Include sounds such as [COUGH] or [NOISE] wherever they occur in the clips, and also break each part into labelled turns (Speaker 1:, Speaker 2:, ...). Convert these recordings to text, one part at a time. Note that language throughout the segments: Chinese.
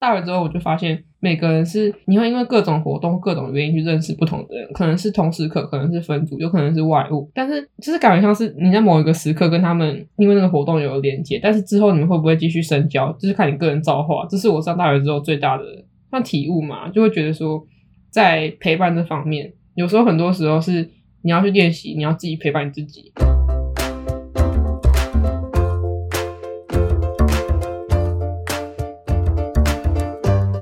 Speaker 1: 大了之后，我就发现每个人是你会因为各种活动、各种原因去认识不同的人，可能是同时可，可能是分组，有可能是外务，但是就是感觉像是你在某一个时刻跟他们因为那个活动有连接，但是之后你们会不会继续深交，就是看你个人造化。这是我上大学之后最大的算体悟嘛，就会觉得说在陪伴这方面，有时候很多时候是你要去练习，你要自己陪伴你自己。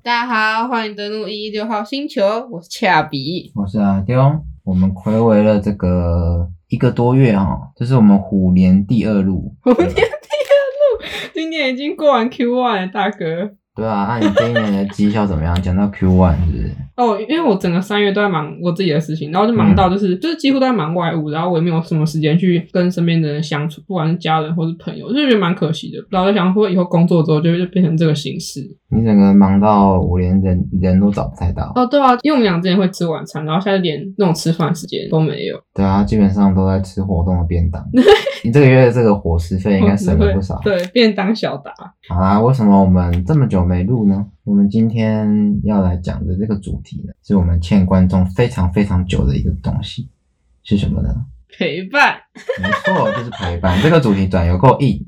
Speaker 1: 大家好，欢迎登录一一六号星球，我是恰比。
Speaker 2: 我是阿丢，我们暌违了这个一个多月哈、这是我们虎年第二路。
Speaker 1: [LAUGHS] 我们今天第二路，今年已经过完 Q one 了，大哥。
Speaker 2: 对啊，那、你这一年的绩效怎么样？讲到 Q one 是不是？
Speaker 1: 哦，因为我整个三月都在忙我自己的事情，然后就忙到
Speaker 2: 嗯
Speaker 1: 就是、就是几乎都在忙外务，然后我也没有什么时间去跟身边的人相处，不管是家人或是朋友，就觉得蛮可惜的。然后就想说，会不会以后工作之后就会就变成这个形式。
Speaker 2: 你整个忙到我连人人都找不太到。
Speaker 1: 哦，对啊，因为我们俩之前会吃晚餐，然后现在连那种吃饭时间都没有，
Speaker 2: 对啊，基本上都在吃活动的便当。你这个月的这个伙食费应该省了不少。
Speaker 1: [LAUGHS] 对，便当小达。
Speaker 2: 好啦，为什么我们这么久没录呢？我们今天要来讲的这个主题呢，是我们欠观众非常非常久的一个东西，是什么呢？
Speaker 1: 陪伴，
Speaker 2: 没错，就是陪伴。这个主题转有够硬，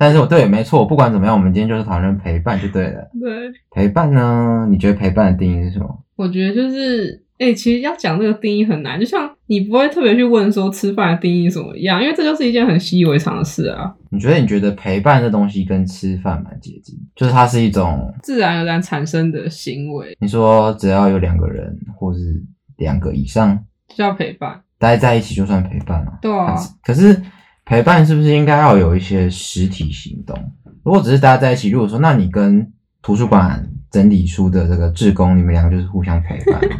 Speaker 2: 但是我对，没错，不管怎么样，我们今天就是讨论陪伴就对了。
Speaker 1: 对，
Speaker 2: 陪伴呢？你觉得陪伴的定义是什么？
Speaker 1: 我觉得就是，哎、其实要讲这个定义很难，就像你不会特别去问说吃饭的定义什么一样，因为这就是一件很习以为常的事啊，
Speaker 2: 你觉得你觉得陪伴这东西跟吃饭蛮接近，就是它是一种
Speaker 1: 自然而然产生的行为，
Speaker 2: 你说只要有两个人或是两个以上
Speaker 1: 就叫陪伴。
Speaker 2: 待在一起就算陪伴哦了、
Speaker 1: 对啊，
Speaker 2: 可是陪伴是不是应该要有一些实体行动？如果只是大家在一起，如果说那你跟图书馆整理书的这个志工，你们两个就是互相陪伴嘛，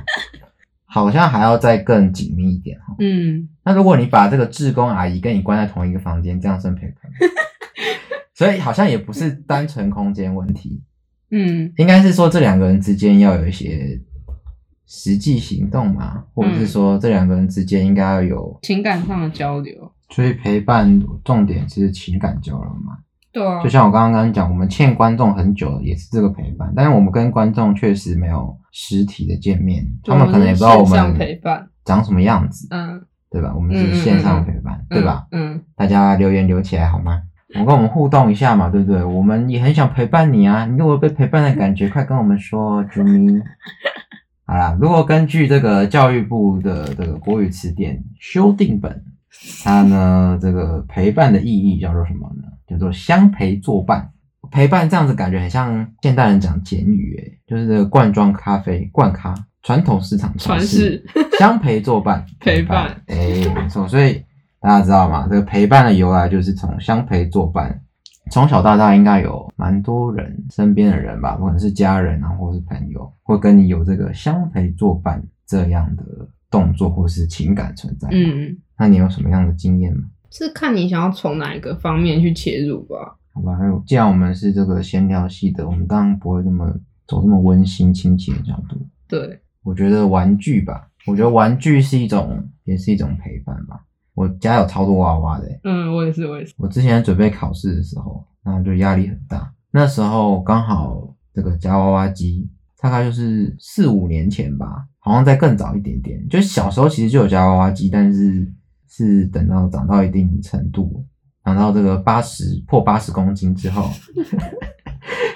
Speaker 2: [LAUGHS] 好像还要再更紧密一点哈。
Speaker 1: 嗯，
Speaker 2: 那如果你把这个志工阿姨跟你关在同一个房间，这样算陪伴吗？ [LAUGHS] 所以好像也不是单纯空间问题，
Speaker 1: 嗯，
Speaker 2: 应该是说这两个人之间要有一些实际行动嘛，或者是说这两个人之间应该要有
Speaker 1: 情感上的交流。
Speaker 2: 所以陪伴重点是情感交流嘛，
Speaker 1: 对啊
Speaker 2: 就，像我刚刚讲，我们欠观众很久了，也是这个陪伴，但是我们跟观众确实没有实体的见面，
Speaker 1: 对
Speaker 2: 他们可能也不知道我
Speaker 1: 我们是线上陪
Speaker 2: 们
Speaker 1: 伴
Speaker 2: 长什么样子，
Speaker 1: 嗯，
Speaker 2: 对吧？我们是线上陪伴，对吧？
Speaker 1: 嗯？嗯，
Speaker 2: 大家留言留起来好吗？我们跟我们互动一下嘛，对不对？我们也很想陪伴你啊！你如果被陪伴的感觉，快跟我们说，
Speaker 1: [LAUGHS]
Speaker 2: 啾咪。好啦，如果根据这个教育部的这个国语词典修订本，它呢这个陪伴的意义叫做什么呢？叫做相陪作伴。陪伴这样子感觉很像现代人讲简语，诶，就是这个罐装咖啡、罐咖，传统市场超
Speaker 1: 传
Speaker 2: 市
Speaker 1: 世，
Speaker 2: 相陪作伴，
Speaker 1: [LAUGHS] 陪伴。
Speaker 2: 哎、没错，所以大家知道吗？这个陪伴的由来就是从相陪作伴。从小到大，应该有蛮多人身边的人吧，不管是家人啊，或是朋友，会跟你有这个相陪作伴这样的动作或是情感存在。，
Speaker 1: 嗯，
Speaker 2: 那你有什么样的经验吗？
Speaker 1: 是看你想要从哪一个方面去切入吧。
Speaker 2: 好吧，既然我们是这个闲聊系的，我们当然不会那么走那么温馨亲切的角度。
Speaker 1: 对，
Speaker 2: 我觉得玩具吧，我觉得玩具是一种，也是一种陪伴吧。我家有超多娃娃的欸、
Speaker 1: 嗯，我也是，我也是，
Speaker 2: 我之前准备考试的时候，然后就压力很大。那时候刚好这个夹娃娃机，大概就是四五年前吧，好像再更早一点点。就小时候其实就有夹娃娃机，但是是等到长到一定程度，长到这个八十破八十公斤之后， [LAUGHS]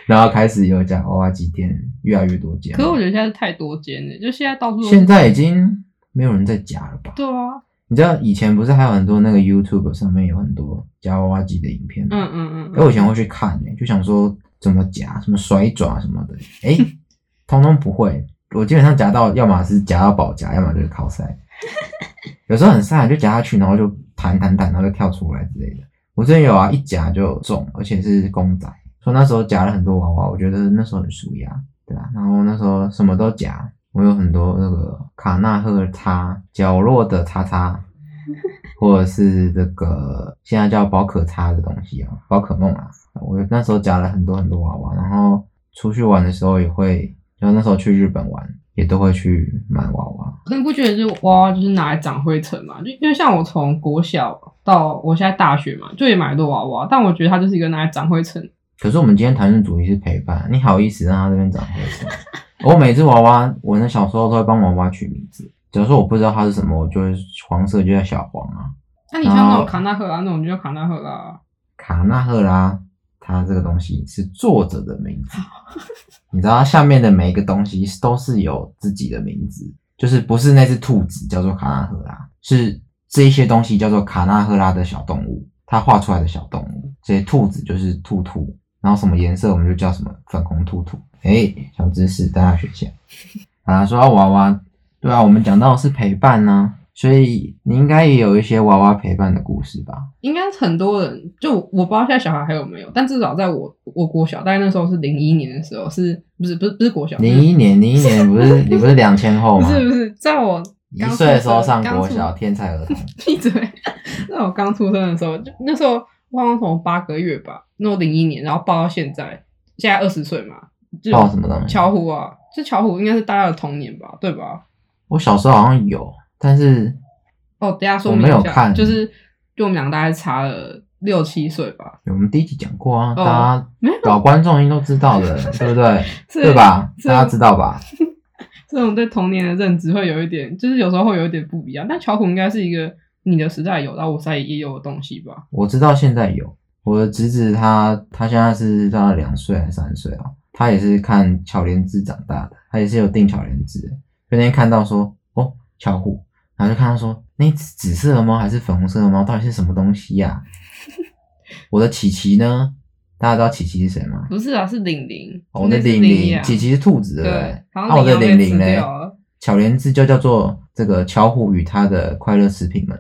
Speaker 2: 然后开始有夹娃娃机店越来越多间。
Speaker 1: 可是我觉得现在太多间了，就现在到处都是
Speaker 2: 现在已经没有人在夹了吧？
Speaker 1: 对啊，
Speaker 2: 你知道以前不是还有很多那个 YouTube 上面有很多夹娃娃机的影片吗？
Speaker 1: 嗯嗯嗯
Speaker 2: 哎，
Speaker 1: 嗯，
Speaker 2: 我以前会去看呢、就想说怎么夹，什么甩爪什么的，哎、通通不会。我基本上夹到，要么是夹到保夹，要么就是靠塞。有时候很塞，就夹下去，然后就弹弹弹，然后就跳出来之类的。我之前有啊，一夹就中，而且是公仔。所以那时候夹了很多娃娃，我觉得那时候很舒压，对吧、然后那时候什么都夹，我有很多那个卡纳赫叉、角落的叉叉，或者是这个现在叫宝可叉的东西啊，宝可梦啊。我那时候夹了很多很多娃娃，然后出去玩的时候也会，就那时候去日本玩也都会去买娃娃。
Speaker 1: 可你不觉得就是娃娃就是拿来长灰尘嘛？就因为像我从国小到我现在大学嘛，就也买了很多娃娃，但我觉得它就是一个拿来长灰尘
Speaker 2: 可是我们今天谈论主题是陪伴，你好意思让他这边长灰尘？我每只娃娃，我那小时候都会帮娃娃取名字。假如说我不知道它是什么，我就会黄色就叫小黄啊，
Speaker 1: 那你像那种卡纳赫拉那种，你就叫卡纳赫拉啊。
Speaker 2: 卡纳赫拉。它这个东西是作者的名字，你知道它下面的每一个东西都是有自己的名字，就是不是那只兔子叫做卡纳赫拉，是这些东西叫做卡纳赫拉的小动物，它画出来的小动物。这些兔子就是兔兔，然后什么颜色我们就叫什么粉红兔兔。哎、小知识大家学一下。好啦，说到娃娃，对啊，我们讲到的是陪伴呢、所以你应该也有一些娃娃陪伴的故事吧？
Speaker 1: 应该很多人，就我我不知道现在小孩还有没有，但至少在我我国小，大概那时候是零一年的时候，是不是不是不是国小？
Speaker 2: [LAUGHS] 零一年，哦零一年不是你不是两千后
Speaker 1: 不
Speaker 2: 吗？
Speaker 1: 是不是，在我
Speaker 2: 一
Speaker 1: 刚出
Speaker 2: 岁的时候上
Speaker 1: 生刚
Speaker 2: 国
Speaker 1: 出
Speaker 2: 小，天才儿童。
Speaker 1: 闭嘴！那我刚出生的时候，就那时候忘了从八个月吧，那我零一年，然后抱到现在，现在二十岁嘛，就
Speaker 2: 抱什么东西
Speaker 1: 巧虎啊，这巧虎应该是大家的童年吧，对吧？
Speaker 2: 我小时候好像有，但是
Speaker 1: 哦，等一下说
Speaker 2: 我
Speaker 1: 明
Speaker 2: 没有
Speaker 1: 一下，
Speaker 2: 看
Speaker 1: 就是就我们俩大概差了六七岁吧，
Speaker 2: 我们第一集讲过啊，
Speaker 1: 哦
Speaker 2: 大家
Speaker 1: 没有，
Speaker 2: 老观众应该都知道的，对不对？
Speaker 1: [LAUGHS] 是
Speaker 2: 对？吧？
Speaker 1: 是
Speaker 2: 大家知道吧？
Speaker 1: 这种对童年的认知会有一点，就是有时候会有一点不一样。但巧虎应该是一个你的时代有，然后我时代也有的东西吧？
Speaker 2: 我知道现在有我的侄子他，他现在是大概两岁还是三岁啊？他也是看巧莲智长大的，他也是有订巧莲智。就那天看到说，哦，巧虎，然后就看到说，那只紫色的猫还是粉红色的猫，到底是什么东西呀、 [LAUGHS] 我的琪琪呢？大家知道琪琪是谁吗？
Speaker 1: 不是啊，是玲玲，
Speaker 2: 哦我的
Speaker 1: 那是
Speaker 2: 玲
Speaker 1: 玲
Speaker 2: 玲，
Speaker 1: 啊
Speaker 2: 琪琪是兔子，对不
Speaker 1: 对
Speaker 2: 对？，
Speaker 1: 好
Speaker 2: 那
Speaker 1: 像
Speaker 2: 哦我的
Speaker 1: 玲玲
Speaker 2: 玲
Speaker 1: 被吃
Speaker 2: 玲嘞
Speaker 1: 掉，了。
Speaker 2: 巧莲智就叫做这个巧虎与他的快乐食品
Speaker 1: [LAUGHS]
Speaker 2: 们，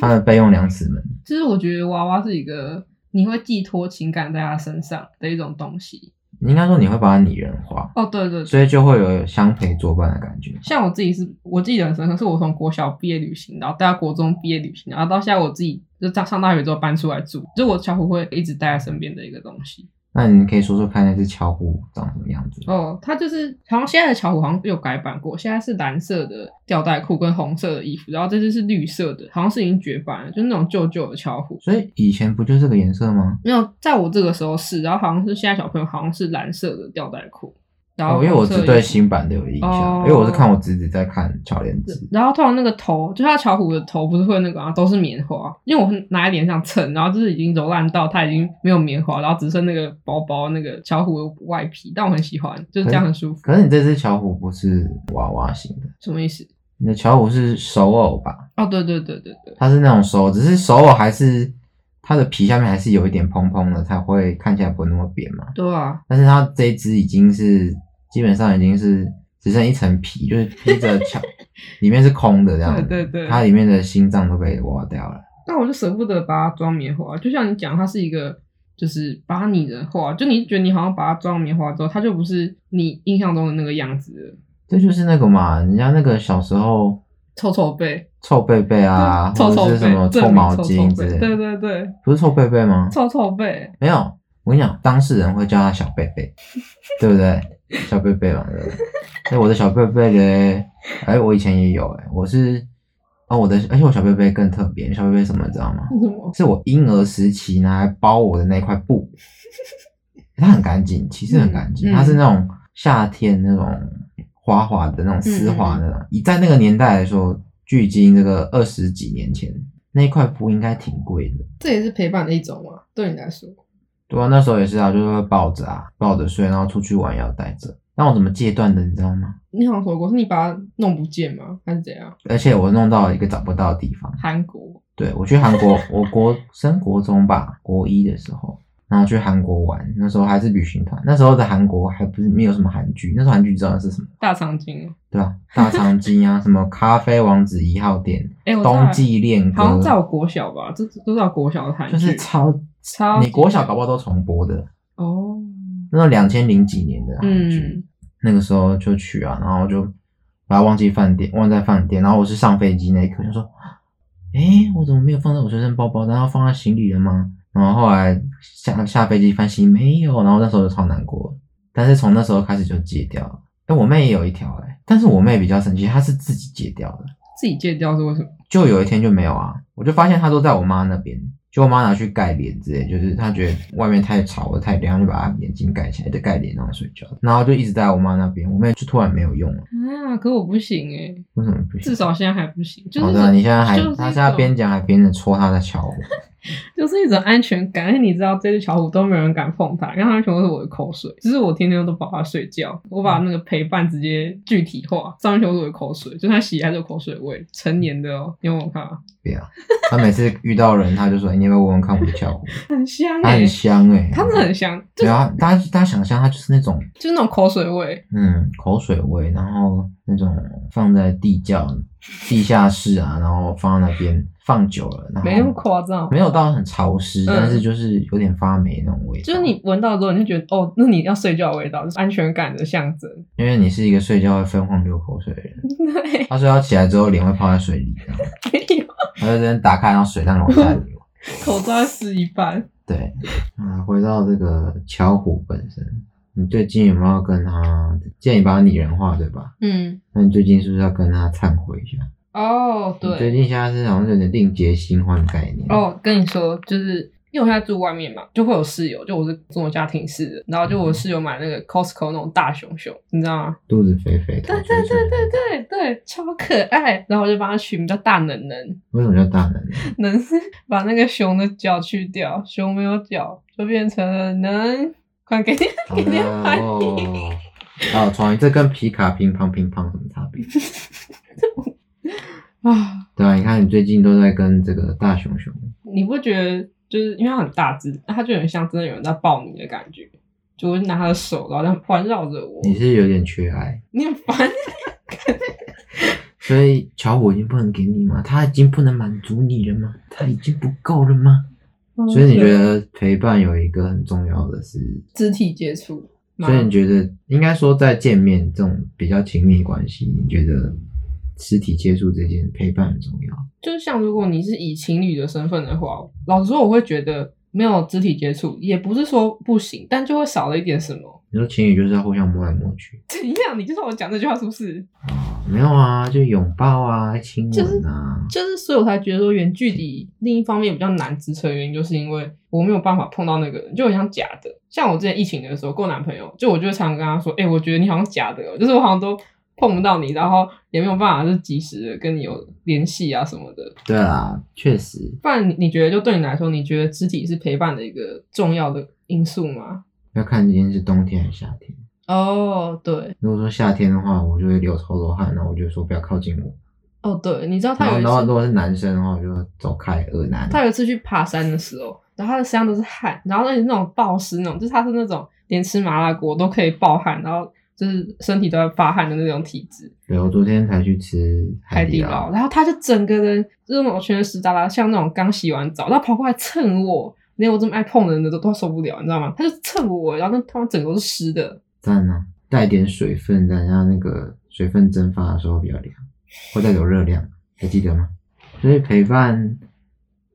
Speaker 2: 他的备用粮食们。
Speaker 1: 就是我觉得娃娃是一个你会寄托情感在他身上的一种东西。
Speaker 2: 你应该说你会把它拟人化，
Speaker 1: 哦，对对对，
Speaker 2: 所以就会有相陪作伴的感觉。
Speaker 1: 像我自己是，我自己很深刻，是我从国小毕业旅行，然后带到国中毕业旅行，然后到现在我自己就上上大学之后搬出来住，就我巧虎会一直带在身边的一个东西。
Speaker 2: 那你可以说说看那只巧虎长什么样子？
Speaker 1: 哦，它就是好像现在的巧虎好像有改版过，现在是蓝色的吊带裤跟红色的衣服，然后这只是绿色的，好像是已经绝版了，就是那种旧旧的巧虎。
Speaker 2: 所以以前不就这个颜色吗？
Speaker 1: 没有，在我这个时候是，然后好像是现在小朋友好像是蓝色的吊带裤，然后、
Speaker 2: 哦，因为我只对新版的有印象，
Speaker 1: 哦
Speaker 2: 因为我是看我侄子在看巧莲子。
Speaker 1: 然后通常那个头，就像巧虎的头不是会那个啊，都是棉花，因为我拿在脸上蹭，然后就是已经揉烂到它已经没有棉花，然后只剩那个薄薄那个巧虎的外皮，但我很喜欢，就是这样很舒服。
Speaker 2: 可是你这只巧虎不是娃娃型的，
Speaker 1: 什么意思？
Speaker 2: 你的巧虎是手偶吧？
Speaker 1: 哦，对对对对对，
Speaker 2: 它是那种手偶，只是手偶还是它的皮下面还是有一点蓬蓬的，才会看起来不会那么扁嘛。
Speaker 1: 对啊，
Speaker 2: 但是它这一只已经是基本上已经是只剩一层皮，就是披着
Speaker 1: [LAUGHS]
Speaker 2: 巧，里面是空的这样子。
Speaker 1: 对对对
Speaker 2: 它里面的心脏都被挖掉了。
Speaker 1: 那我就舍不得把它装棉花，就像你讲，它是一个。就是把它拟人化，就你觉得你好像把它装棉花之后，它就不是你印象中的那个样子了，
Speaker 2: 这就是那个嘛，人家那个小时候
Speaker 1: 臭臭背
Speaker 2: 臭贝贝啊，
Speaker 1: 臭臭
Speaker 2: 或者是什么
Speaker 1: 背，
Speaker 2: 臭
Speaker 1: 证
Speaker 2: 毛
Speaker 1: 明臭
Speaker 2: 巾
Speaker 1: 臭
Speaker 2: 之
Speaker 1: 背，
Speaker 2: 类的，
Speaker 1: 对对对，
Speaker 2: 不是臭贝贝吗？
Speaker 1: 臭臭背， [LAUGHS]
Speaker 2: 没有，我跟你讲，当事人会叫他小贝贝，对不对？小贝贝嘛，对不对？那我的小贝贝嘞，哎，我以前也有哎、我是哦，我的，而且我小贝贝更特别，小贝贝什么你知道吗？
Speaker 1: 是什么？
Speaker 2: 是我婴儿时期拿来包我的那块
Speaker 1: [LAUGHS]
Speaker 2: 布，它很干净，其实很干净，
Speaker 1: 嗯嗯
Speaker 2: 它是那种夏天那种滑滑的那种丝滑的那
Speaker 1: 嗯
Speaker 2: 种。以在那个年代来说，距今这个二十几年前，那一块布应该挺贵的。
Speaker 1: 这也是陪伴的一种嘛，对你来说。
Speaker 2: 对啊，那时候也是啊，就是会抱着啊，抱着睡，然后出去玩也要带着。那我怎么戒断的，你知道吗？
Speaker 1: 你好像说过，是你把它弄不见吗？还是怎样？
Speaker 2: 而且我弄到一个找不到的地方。
Speaker 1: 韩国
Speaker 2: 对，我去韩国，我国升国中吧，国一的时候，然后去韩国玩，那时候还是旅行团，那时候的韩国还不是没有什么韩剧，那时候韩剧知道的是什么，
Speaker 1: 大长今哦，
Speaker 2: 对吧、大长今啊，什么咖啡王子一号店、
Speaker 1: 哎、我知道
Speaker 2: 冬季恋歌，
Speaker 1: 好像在我国小吧，这这都是我国小的韩剧，
Speaker 2: 就是超
Speaker 1: 超
Speaker 2: 你国小搞不好都重播的，
Speaker 1: 哦，
Speaker 2: 那时候两千零几年的韩剧，
Speaker 1: 嗯，
Speaker 2: 那个时候就去啊，然后就把它忘记饭店，忘在饭店，然后我是上飞机那一刻就说，诶，我怎么没有放在我随身包包？难道放在行李了吗？然后后来下下飞机翻行李没有，然后那时候就超难过，但是从那时候开始就戒掉了。诶，我妹也有一条诶，但是我妹比较神奇，她是自己戒掉的，
Speaker 1: 自己戒掉是为什么？
Speaker 2: 就有一天就没有啊，我就发现她都在我妈那边，就我妈拿去盖帘之类，就是她觉得外面太吵了太亮，就把她眼睛盖起来，就盖帘让她睡觉，然后就一直在我妈那边，我妹就突然没有用了，
Speaker 1: 啊，可我不行哎、
Speaker 2: 为什么不行？
Speaker 1: 至少现在还不行，就是一
Speaker 2: 好的，
Speaker 1: 种
Speaker 2: 哦啊你现在还
Speaker 1: 就是一，
Speaker 2: 她现在
Speaker 1: 种
Speaker 2: 边讲还边着戳她的巧虎，
Speaker 1: 就是一种安全感。因为你知道这只小虎都没有人敢碰它，然后它全部是我的口水，只是我天天都抱它睡觉，我把那个陪伴直接具体化，上面全部是我的口水，就它洗还是有口水味，成年的哦，你有没有看啊？
Speaker 2: 不要，她每次遇到人，她就说、欸你要不要闻闻看我的巧虎？
Speaker 1: 很香
Speaker 2: 它
Speaker 1: 哎、
Speaker 2: 很香哎、
Speaker 1: 它真的很香，就
Speaker 2: 对啊，大家大家想象它就是那种
Speaker 1: 就是那种口水味，
Speaker 2: 嗯，口水味，然后那种放在地窖、地下室啊，然后放在那边放久了，然后
Speaker 1: 没那么夸张。
Speaker 2: 没有到很潮湿，
Speaker 1: 嗯
Speaker 2: 但是就是有点发霉那种味道。
Speaker 1: 就是你，闻到之后，你就觉得哦，那你要睡觉的味道，就是安全感的象征。
Speaker 2: 因为你是一个睡觉会疯狂流口水的
Speaker 1: [LAUGHS]
Speaker 2: 人，
Speaker 1: 对，
Speaker 2: 他睡觉起来之后脸会泡在水里，然后
Speaker 1: 没有
Speaker 2: 他就先打开，然后水让往下流。
Speaker 1: 口罩撕一半。
Speaker 2: 对，啊，回到这个巧虎本身，你最近有没有跟他建议把它拟人化，对吧？
Speaker 1: 嗯，
Speaker 2: 那你最近是不是要跟他忏悔一下？
Speaker 1: 哦，
Speaker 2: 你最近现在是好像有点另结新欢的概念。
Speaker 1: 哦，跟你说，就是因为我现在住外面嘛，就会有室友，就我是中国家庭式的，然后就我室友买那
Speaker 2: 嗯
Speaker 1: 个 Costco 那种大熊熊，你知道吗？
Speaker 2: 肚子肥哦肥的。
Speaker 1: 对对
Speaker 2: 全身
Speaker 1: 对对
Speaker 2: 肥肥
Speaker 1: 对对，超可爱。然后我就帮他取名叫大能能，
Speaker 2: 为什么叫大能呢？
Speaker 1: 能是把那个熊的脚去掉，熊没有脚就变成了能。快给你，
Speaker 2: [LAUGHS]
Speaker 1: [LAUGHS]
Speaker 2: 好
Speaker 1: 给你拍
Speaker 2: 的哦。还有床，这跟皮卡乒乓乒乓什么差别？
Speaker 1: 啊！
Speaker 2: 对啊，你看你最近都在跟这个大熊熊，
Speaker 1: 你不觉得就是因为它很大只，它就很像真的有人在抱你的感觉，就我就拿他的手，然后这样环绕着我，
Speaker 2: 你是有点缺爱，
Speaker 1: 你很烦。
Speaker 2: 所以巧虎已经不能给你吗？他已经不能满足你了吗？他已经不够了吗？ [LAUGHS]
Speaker 1: 哦嗯
Speaker 2: 所以你觉得陪伴有一个很重要的是，
Speaker 1: 肢体接触吗？
Speaker 2: 所以你觉得应该说在见面这种比较亲密关系，你觉得肢体接触这件陪伴很重要？
Speaker 1: 就像如果你是以情侣的身份的话，老实说，我会觉得没有肢体接触，也不是说不行，但就会少了一点什么。 [LAUGHS]
Speaker 2: 你说情侣就是要互相摸来摸去，
Speaker 1: 怎样？你就是我讲这句话是不是？
Speaker 2: 没有啊，就拥抱啊、亲吻啊，
Speaker 1: 就是所以我才觉得说远距离另一方面比较难支撑，原因就是因为我没有办法碰到那个人，就很像假的。像我之前疫情的时候，跟我男朋友，就我就常常跟他说，哎、我觉得你好像假的哦，就是我好像都碰不到你，然后也没有办法就是及时的跟你有联系啊什么的。
Speaker 2: 对啦，确实
Speaker 1: 不然你你觉得，就对你来说，你觉得肢体是陪伴的一个重要的因素吗？
Speaker 2: 要看今天是冬天还是夏天。
Speaker 1: 哦，对，
Speaker 2: 如果说夏天的话，我就会流超多汗，然后我就说不要靠近我。
Speaker 1: 哦对，你知道
Speaker 2: 然
Speaker 1: 他
Speaker 2: 后，
Speaker 1: 有一
Speaker 2: 然后如
Speaker 1: 次，
Speaker 2: 果是男生的话，我就走开，恶男。
Speaker 1: 他有一次去爬山的时候，然后他的身上都是汗，然后那是那种暴湿那种，就是他是那种连吃麻辣锅都可以暴汗，然后就是身体都在发汗的那种体质，
Speaker 2: 对，我昨天才去吃
Speaker 1: 海
Speaker 2: 底
Speaker 1: 底
Speaker 2: 捞
Speaker 1: 捞，，然后他就整个人就是我全身湿哒哒，像那种刚洗完澡，他跑过来蹭我，连我这么爱碰人的都都受不了，你知道吗？他就蹭我，然后那他妈整个都是湿的，
Speaker 2: 赞啊！带点水分，等一下那个水分蒸发的时候比较凉，会带走热量，还记得吗？所以陪伴、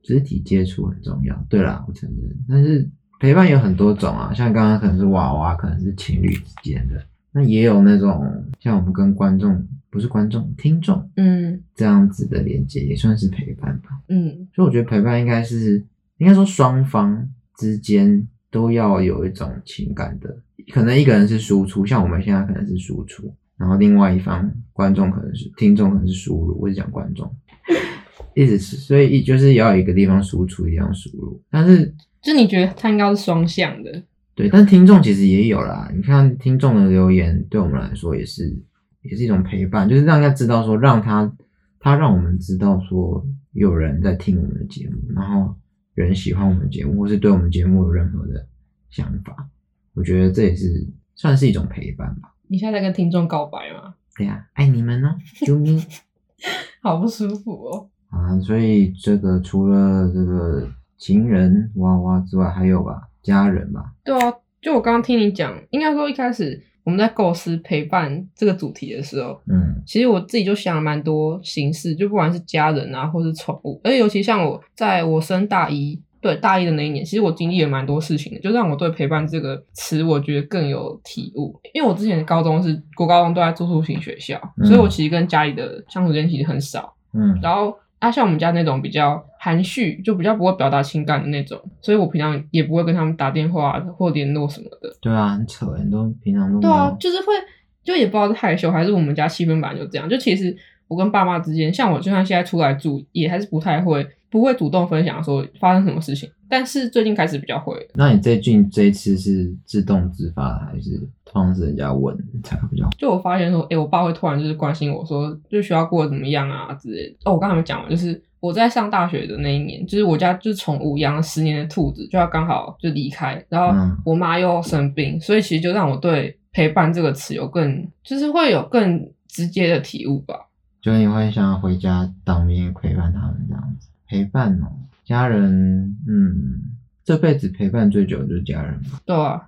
Speaker 2: 肢体接触很重要。对啦，我承认，但是陪伴有很多种啊，像刚刚可能是娃娃，可能是情侣之间的，那也有那种像我们跟观众，不是观众，听众
Speaker 1: 嗯
Speaker 2: 这样子的连接，也算是陪伴吧。
Speaker 1: 嗯，
Speaker 2: 所以我觉得陪伴应该是，应该说双方之间都要有一种情感的，可能一个人是输出，像我们现在可能是输出，然后另外一方观众可能是听众可能是输入，我是讲观众， [LAUGHS] 一直是，所以一就是要有一个地方输出，一个地方输入，但是
Speaker 1: 就你觉得它应该是双向的，
Speaker 2: 对，但听众其实也有啦。你看听众的留言，对我们来说也是也是一种陪伴，就是让大家知道说，让他他让我们知道说有人在听我们的节目，然后有人喜欢我们的节目，或是对我们节目有任何的想法，我觉得这也是算是一种陪伴吧。
Speaker 1: 你现在在跟听众告白吗？
Speaker 2: 对呀、爱你们哦，啾咪。
Speaker 1: 好不舒服哦。
Speaker 2: 啊，所以这个除了这个情人娃娃之外，还有吧家人吧，
Speaker 1: 对啊，就我刚刚听你讲，应该说一开始我们在构思陪伴这个主题的时候，
Speaker 2: 嗯，
Speaker 1: 其实我自己就想了蛮多形式，就不管是家人啊，或是宠物，而且尤其像我在我升大一。对大一的那一年，其实我经历了蛮多事情的，就让我对“陪伴”这个词，我觉得更有体悟。因为我之前高中是国高中都在住宿型学校，
Speaker 2: 嗯
Speaker 1: 所以我其实跟家里的相处时间其实很少。
Speaker 2: 嗯
Speaker 1: 然后啊，像我们家那种比较含蓄，就比较不会表达情感的那种，所以我平常也不会跟他们打电话或联络什么的。
Speaker 2: 对啊，很扯，很多平常都没
Speaker 1: 对啊
Speaker 2: 有，
Speaker 1: 就是会，就也不知道是害羞还是我们家气氛本来就这样。就其实我跟爸妈之间，像我就算现在出来住，也还是不太会，不会主动分享说发生什么事情。但是最近开始比较会了，
Speaker 2: 那你最近这一次是自动自发的，还是通常是人家问才比较？
Speaker 1: 就我发现说，诶、我爸会突然就是关心我说，就学校过得怎么样啊之类的。哦，我刚才没讲完，就是我在上大学的那一年，就是我家就是宠物养了十年的兔子，就要刚好就离开，然后
Speaker 2: 嗯
Speaker 1: 我妈又生病，所以其实就让我对陪伴这个词有更，就是会有更直接的体悟吧。
Speaker 2: 就你会想要回家当面陪伴他们这样子，陪伴哦，家人，嗯，这辈子陪伴最久的就是家人吧，
Speaker 1: 对啊，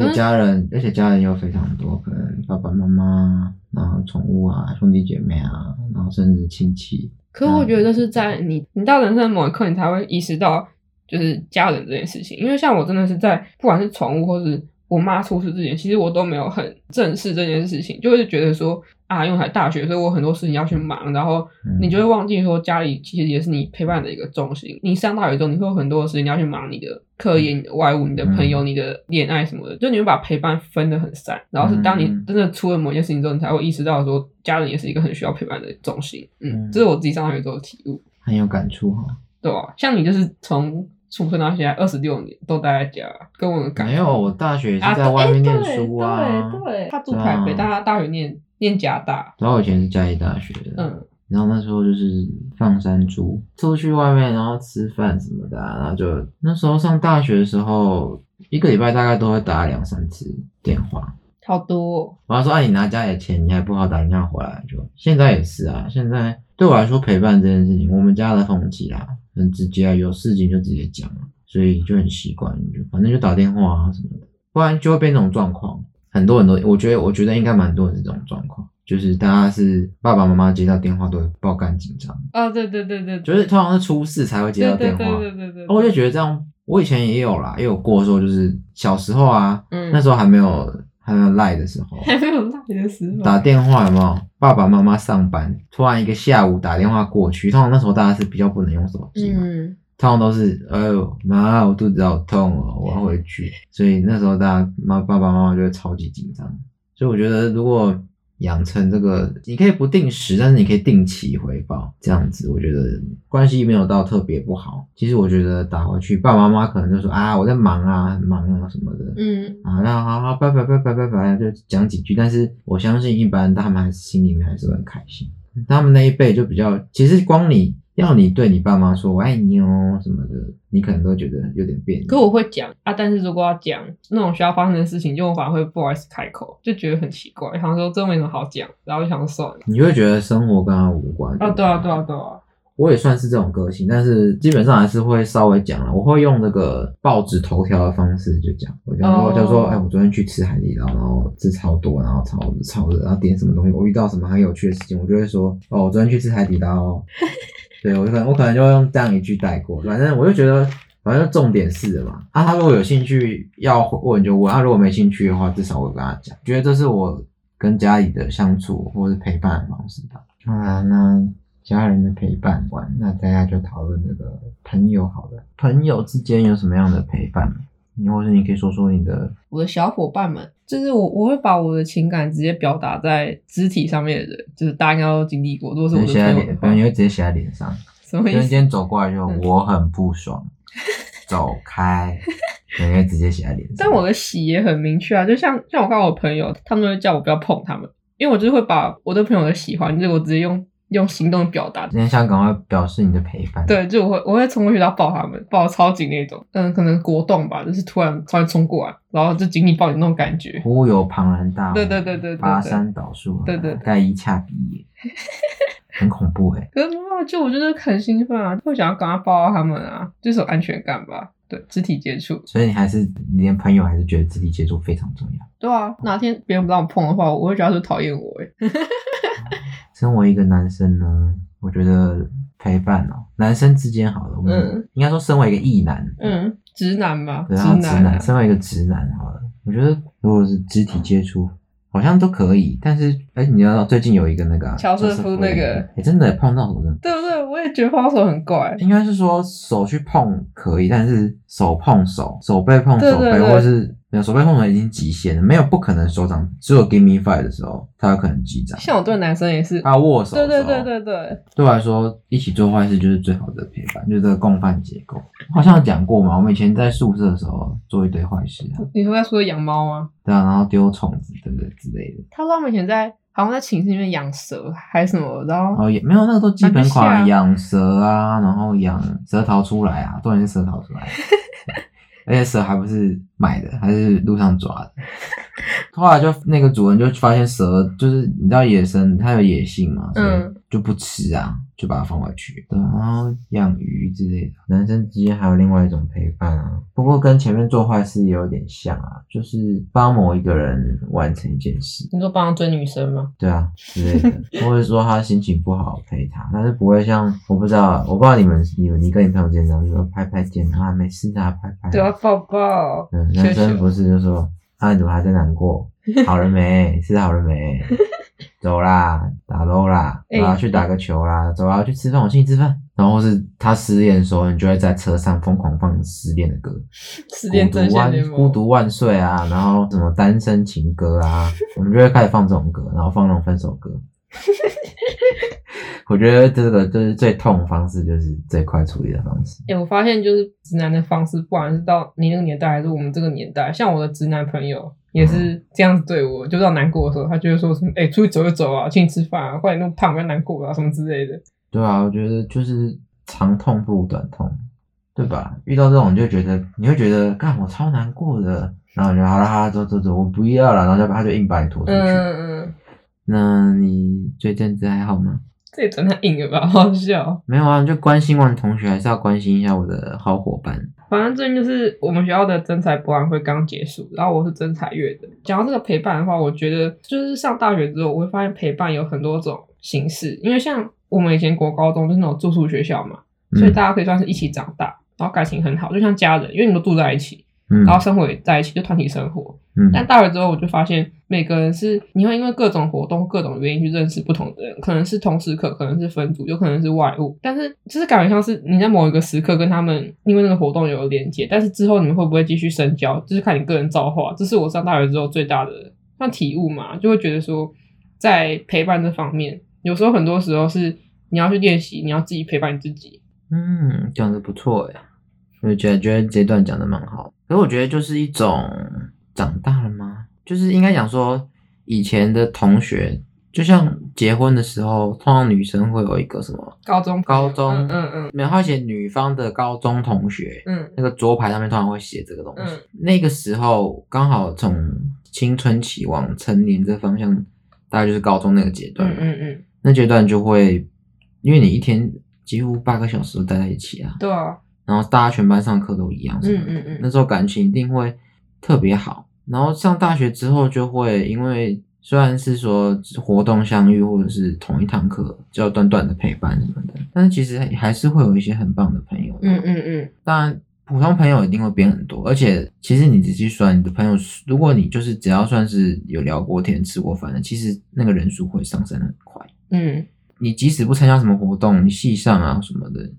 Speaker 1: 可
Speaker 2: 且
Speaker 1: 是
Speaker 2: 家人，而且家人又非常多，可能爸爸妈妈，然后宠物啊，兄弟姐妹啊，然后甚至亲戚，
Speaker 1: 可我觉得是在你你到人生的某一刻，你才会意识到就是家人这件事情。因为像我真的是在不管是宠物或是我妈出事之前，其实我都没有很正视这件事情，就会觉得说啊，因为我还大学，所以我很多事情要去忙，然后
Speaker 2: 嗯
Speaker 1: 你就会忘记说家里其实也是你陪伴的一个重心。你上大学之后，你会有很多的时间要去忙你的课
Speaker 2: 嗯
Speaker 1: 业、你的外务、你的朋友、你的恋爱什么的，就你会把陪伴分得很散。然后是当你
Speaker 2: 嗯
Speaker 1: 真的出了某件事情之后，你才会意识到说家人也是一个很需要陪伴的重心。嗯，
Speaker 2: 嗯
Speaker 1: 这是我自己上大学之后的体悟，
Speaker 2: 很有感触哈、哦。
Speaker 1: 对吧、像你就是从出生到现在二十六年都待在家，跟我的感啊
Speaker 2: 没有，我大学也是在
Speaker 1: 对
Speaker 2: 外面念
Speaker 1: 诶
Speaker 2: 书啊，
Speaker 1: 对对对，他住
Speaker 2: 对啊
Speaker 1: 台北，但他大学念念加大，
Speaker 2: 然后我以前是嘉义大学的，
Speaker 1: 嗯。
Speaker 2: 然后那时候就是放山猪，出去外面然后吃饭什么的啊、然后就那时候上大学的时候，一个礼拜大概都会打两三次电话。
Speaker 1: 好多哦、
Speaker 2: 我要说，啊，你拿家里的钱，你还不好打电话回来，就现在也是啊。现在对我来说，陪伴这件事情，我们家的风气啦，很直接啊，有事情就直接讲啊，所以就很习惯，就反正就打电话啊什么的，不然就会变成这种状况。很多人都，我觉得，我觉得应该蛮多人是这种状况，就是大家是爸爸妈妈接到电话都会爆肝紧张。
Speaker 1: 啊，对对对对，
Speaker 2: 就是通常是初四才会接到
Speaker 1: 对对
Speaker 2: 电
Speaker 1: 对
Speaker 2: 话。
Speaker 1: 对对对，
Speaker 2: 哦，我就觉得这样，我以前也有啦，也有过说，就是小时候啊，
Speaker 1: 嗯
Speaker 2: 那时候还没有还没有赖的时候，
Speaker 1: 还没有赖的时候，
Speaker 2: 打电话有没有？爸爸妈妈上班，突然一个下午打电话过去，通常那时候大家是比较不能用手机嘛，
Speaker 1: 嗯，
Speaker 2: 通常都是，哎呦妈，我肚子好痛哦，我要回去。所以那时候大家妈爸爸妈妈就会超级紧张。所以我觉得如果养成这个，你可以不定时，但是你可以定期回报，这样子我觉得关系没有到特别不好。其实我觉得打回去，爸爸妈妈可能就说啊我在忙啊，很忙啊什么的。
Speaker 1: 嗯，
Speaker 2: 啊，那好好，拜拜拜拜拜拜，就讲几句。但是我相信，一般他们还是心里面还是会很开心。他们那一辈就比较，其实光你要你对你爸妈说“我爱你哦”什么的，你可能都觉得有点别扭。
Speaker 1: 可我会讲啊，但是如果要讲那种需要发生的事情，就我反而会不好意思开口，就觉得很奇怪，想说这没什么好讲，然后就想说算了。
Speaker 2: 你会觉得生活跟他无关。
Speaker 1: 啊，对啊，对啊，对啊，
Speaker 2: 我也算是这种个性，但是基本上还是会稍微讲了。我会用那个报纸头条的方式就讲，我讲说
Speaker 1: 哦
Speaker 2: 就说，哎，我昨天去吃海底捞，然后吃超多，然后超超热，然后点什么东西，我遇到什么很有趣的事情，我就会说，哦，我昨天去吃海底捞哦。对我可能我可能就会用这样一句带过，反正我就觉得。反正重点是的嘛，啊，他如果有兴趣要问就问，他、啊如果没兴趣的话，至少我会跟他讲。觉得这是我跟家里的相处或是陪伴的方式吧。当然呢，家人的陪伴完，那大家就讨论这个朋友好了。朋友之间有什么样的陪伴？你或是你可以说说你的，
Speaker 1: 我的小伙伴们，就是我，我会把我的情感直接表达在肢体上面的人，就是大家应该都经历过。如果是我
Speaker 2: 你
Speaker 1: 的
Speaker 2: 写
Speaker 1: 朋友
Speaker 2: 在
Speaker 1: 嗯
Speaker 2: 脸，
Speaker 1: 的
Speaker 2: 朋友
Speaker 1: 话，
Speaker 2: 就直接写在脸上。
Speaker 1: 什么
Speaker 2: 有
Speaker 1: 意
Speaker 2: 人
Speaker 1: 思
Speaker 2: 今？天走过来就
Speaker 1: 嗯
Speaker 2: 我很不爽，走开，人家直接写在脸上。
Speaker 1: 但我的喜也很明确啊，就像像我看我朋友，他们都会叫我不要碰他们，因为我就是会把我对朋友的喜欢，就是我直接用用行动表达。
Speaker 2: 今天想赶快表示你的陪伴。，
Speaker 1: 对，就我会我会冲过去，然后抱他们，抱得超紧那种。嗯，可能国动吧，就是突然突然冲过来，然后就紧紧抱你那种感觉。
Speaker 2: 忽有庞然大物，
Speaker 1: 对对对对对对
Speaker 2: 拔山倒树，
Speaker 1: 对对对
Speaker 2: 盖一恰比
Speaker 1: [LAUGHS]
Speaker 2: 耶，很恐怖哎、
Speaker 1: 可是没有，就我就是很兴奋啊，会想要赶快抱到他们啊，就是有安全感吧。对，肢体接触。
Speaker 2: 所以你还是你连朋友还是觉得肢体接触非常重要。
Speaker 1: 对啊，哪天别人不让我碰的话，我会觉得他是讨厌我欸。
Speaker 2: 身为一个男生呢，我觉得陪伴哦，男生之间好了，我们、
Speaker 1: 嗯
Speaker 2: 应该说身为一个异男，，
Speaker 1: 嗯，直男吧，
Speaker 2: 对啊，直
Speaker 1: 男啊、
Speaker 2: 男，身为一个直男好了，我觉得如果是肢体接触，好像都可以，但是哎，你要最近有一个那个啊
Speaker 1: 乔瑟夫那个
Speaker 2: 哎，真的碰到我真的
Speaker 1: 对不对？我也觉得抛手很怪。
Speaker 2: 应该是说手去碰可以，但是手碰手，手背碰
Speaker 1: 对
Speaker 2: 手
Speaker 1: 对
Speaker 2: 背，
Speaker 1: 对
Speaker 2: 或是没有手背碰手已经极限了，没有不可能手掌，只有 give me five 的时候，才有可能击掌。
Speaker 1: 像我对男生也是，
Speaker 2: 啊，握手的
Speaker 1: 对
Speaker 2: 时
Speaker 1: 对
Speaker 2: 候，
Speaker 1: 对对对，
Speaker 2: 对我来说，一起做坏事就是最好的陪伴，就是这个共犯结构。好像有讲过嘛，我们以前在宿舍的时候做一堆坏事啊，
Speaker 1: 你说在说养猫吗？
Speaker 2: 对啊，然后丢虫子，对不对之类的。
Speaker 1: 他说他们以前在好像在寝室里面养蛇还是什么，然
Speaker 2: 然
Speaker 1: 后
Speaker 2: 后也没有那个都基本
Speaker 1: 拿哦
Speaker 2: 款，
Speaker 1: 不下
Speaker 2: 养蛇啊，然后养蛇逃出来啊，重点是蛇逃出
Speaker 1: [LAUGHS]
Speaker 2: 来，而且蛇还不是买的，还是路上抓的。后来就那个主人就发现蛇，就是你知道野生它有野性嘛，所以
Speaker 1: 嗯
Speaker 2: 就不吃啊，就把它放回去。对，啊然后养鱼之类的。男生之间还有另外一种陪伴啊，不过跟前面做坏事也有点像啊，就是帮某一个人完成一件事。
Speaker 1: 你说帮他追女生吗？
Speaker 2: 对啊之
Speaker 1: [LAUGHS]
Speaker 2: 类的，或者说他心情不好陪他，但是不会像我不知道，啊我不知道你们你们你跟你朋友之间讲说拍拍肩啊，没事的啊，拍拍。
Speaker 1: 对啊，抱抱。
Speaker 2: 嗯，
Speaker 1: 谢谢
Speaker 2: 男生不是就说啊，你怎么还在
Speaker 1: [LAUGHS]
Speaker 2: 难过？好了没？吃好了没？走啦，打喽啦，
Speaker 1: 哎
Speaker 2: 然后去打个球啦，走啊，去吃饭，我请你吃饭。然后是他失恋的时候，你就会在车上疯狂放失恋的歌，
Speaker 1: 失恋
Speaker 2: 孤
Speaker 1: 阵
Speaker 2: 独
Speaker 1: 线
Speaker 2: 万
Speaker 1: 联
Speaker 2: 孤
Speaker 1: 盟，
Speaker 2: 独万岁啊，然后什么单身情歌啊，我们就会开始放这种歌，然后放那种分手歌。 [LAUGHS] 我觉得这个就是最痛的方式，就是最快处理的方式。
Speaker 1: 哎、我发现就是直男的方式，不管是到你那个年代还是我们这个年代，像我的直男朋友也是这样子对我，就是到难过的时候，他就会 [LAUGHS] 说什么：“哎、出去走一走啊，请你吃饭啊，快点那么胖，不要难过啊，什么之类的。
Speaker 2: 对啊，我觉得就是长痛不如短痛，对吧？遇到这种你就觉得你会觉得，干我超难过的，然后你就好啦好啦，走走走，我不要了，然后就把他就硬把你拖”出去。
Speaker 1: 嗯嗯，
Speaker 2: 那你最近子还好吗？
Speaker 1: 这也转太硬了吧，好好笑。
Speaker 2: 没有啊，你就关心完同学，还是要关心一下我的好伙伴。
Speaker 1: 反正最近就是我们学校的真才博览会刚结束，然后我是真才月的。讲到这个陪伴的话，我觉得就是上大学之后，我会发现陪伴有很多种形式，因为像我们以前国高中就是那种住宿学校嘛，
Speaker 2: 嗯
Speaker 1: 所以大家可以算是一起长大，然后感情很好，就像家人，因为你们都住在一起，
Speaker 2: 嗯，
Speaker 1: 然后生活也在一起，就团体生活。
Speaker 2: 嗯，
Speaker 1: 但大学之后，我就发现每个人是你会因为各种活动、各种原因去认识不同的人，可能是同时刻，可能是分组，有可能是外物。但是就是感觉像是你在某一个时刻跟他们因为那个活动有连接，但是之后你们会不会继续深交，就是看你个人造化。这是我上大学之后最大的算体悟嘛，就会觉得说在陪伴这方面，有时候很多时候是你要去练习，你要自己陪伴你自己。
Speaker 2: 嗯，讲的不错哎，我觉得觉得这段讲的蛮好。可是我觉得就是一种长大了吗？就是应该讲说以前的同学，就像结婚的时候，通常女生会有一个什么
Speaker 1: 高中朋友
Speaker 2: 高中，
Speaker 1: 嗯嗯嗯
Speaker 2: 没有，他写女方的高中同学，
Speaker 1: 嗯
Speaker 2: 那个桌牌上面通常会写这个东西。
Speaker 1: 嗯
Speaker 2: 那个时候刚好从青春期往成年这方向，大概就是高中那个阶段
Speaker 1: 嗯
Speaker 2: 嘛。
Speaker 1: 嗯嗯，
Speaker 2: 那阶段就会，因为你一天几乎八个小时都待在一起啊，
Speaker 1: 对啊，
Speaker 2: 然后大家全班上课都一样，
Speaker 1: 嗯嗯嗯
Speaker 2: 那时候感情一定会特别好。然后上大学之后就会，因为虽然是说活动相遇或者是同一堂课，只有短短的陪伴什么的，但是其实还是会有一些很棒的朋友。
Speaker 1: 嗯嗯嗯，
Speaker 2: 当然，普通朋友一定会变很多，而且其实你仔细算，你的朋友，如果你就是只要算是有聊过天、吃过饭的，其实那个人数会上升很快。
Speaker 1: 嗯
Speaker 2: 你即使不参加什么活动，你系上啊什么的，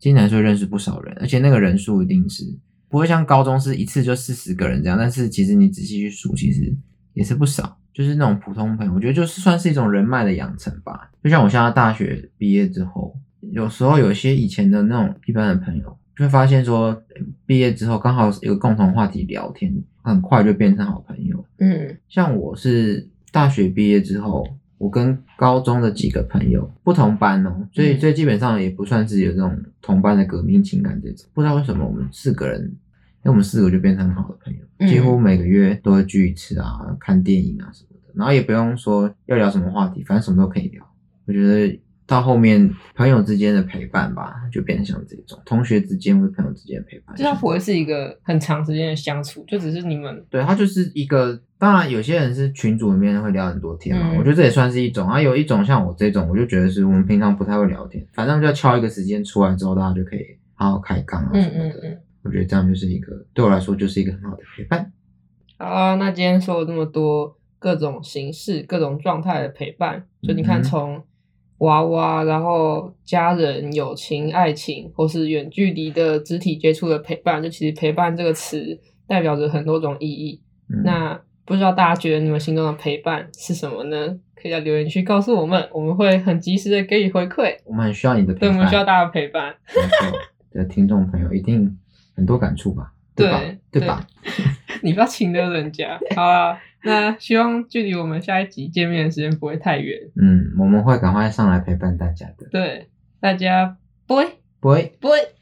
Speaker 2: 今年会认识不少人，而且那个人数一定是不会像高中是一次就四十个人这样，但是其实你仔细去数，其实也是不少。就是那种普通朋友，我觉得就是算是一种人脉的养成吧。就像我现在大学毕业之后，有时候有些以前的那种一般的朋友，就会发现说诶毕业之后刚好有个共同话题聊天，很快就变成好朋友。
Speaker 1: 嗯
Speaker 2: 像我是大学毕业之后，我跟高中的几个朋友不同班哦，所以
Speaker 1: 嗯
Speaker 2: 所以基本上也不算是有这种同班的革命情感这种。不知道为什么我们四个人，因为我们四个就变成很好的朋友，
Speaker 1: 嗯
Speaker 2: 几乎每个月都会聚一次啊，看电影啊什么的，然后也不用说要聊什么话题，反正什么都可以聊。我觉得到后面朋友之间的陪伴吧，就变成像这种同学之间或者朋友之间的陪伴，
Speaker 1: 就它
Speaker 2: 像
Speaker 1: 不会是一个很长时间的相处，就只是你们
Speaker 2: 对，它就是一个，当然有些人是群组里面会聊很多天嘛，
Speaker 1: 嗯
Speaker 2: 我觉得这也算是一种啊。有一种像我这种，我就觉得是我们平常不太会聊天，反正就要敲一个时间出来之后，大家就可以好好开杠啊
Speaker 1: 嗯
Speaker 2: 什么
Speaker 1: 嗯
Speaker 2: 的。
Speaker 1: 嗯。
Speaker 2: 我觉得这样就是一个对我来说就是一个很好的陪伴。
Speaker 1: 好啊，那今天说了这么多各种形式、各种状态的陪伴。就你
Speaker 2: 嗯
Speaker 1: 看，从娃娃，然后家人、友情、爱情，或是远距离的肢体接触的陪伴，就其实“陪伴”这个词代表着很多种意义。
Speaker 2: 嗯
Speaker 1: 那不知道大家觉得你们心中的陪伴是什么呢？可以在留言区告诉我们，我们会很及时的给予回馈。
Speaker 2: 我们很需要你的陪
Speaker 1: 对，我
Speaker 2: 伴，
Speaker 1: 们需要大家的陪伴。
Speaker 2: 没
Speaker 1: [LAUGHS]
Speaker 2: 错的听众朋友一定很多感触吧？
Speaker 1: 对
Speaker 2: 吧？对吧？
Speaker 1: 你不要请了人家。好啦，那希望距离我们下一集见面的时间不会太远。
Speaker 2: 嗯，我们会赶快上来陪伴大家的。
Speaker 1: 对，大家拜
Speaker 2: 不会。
Speaker 1: 拜。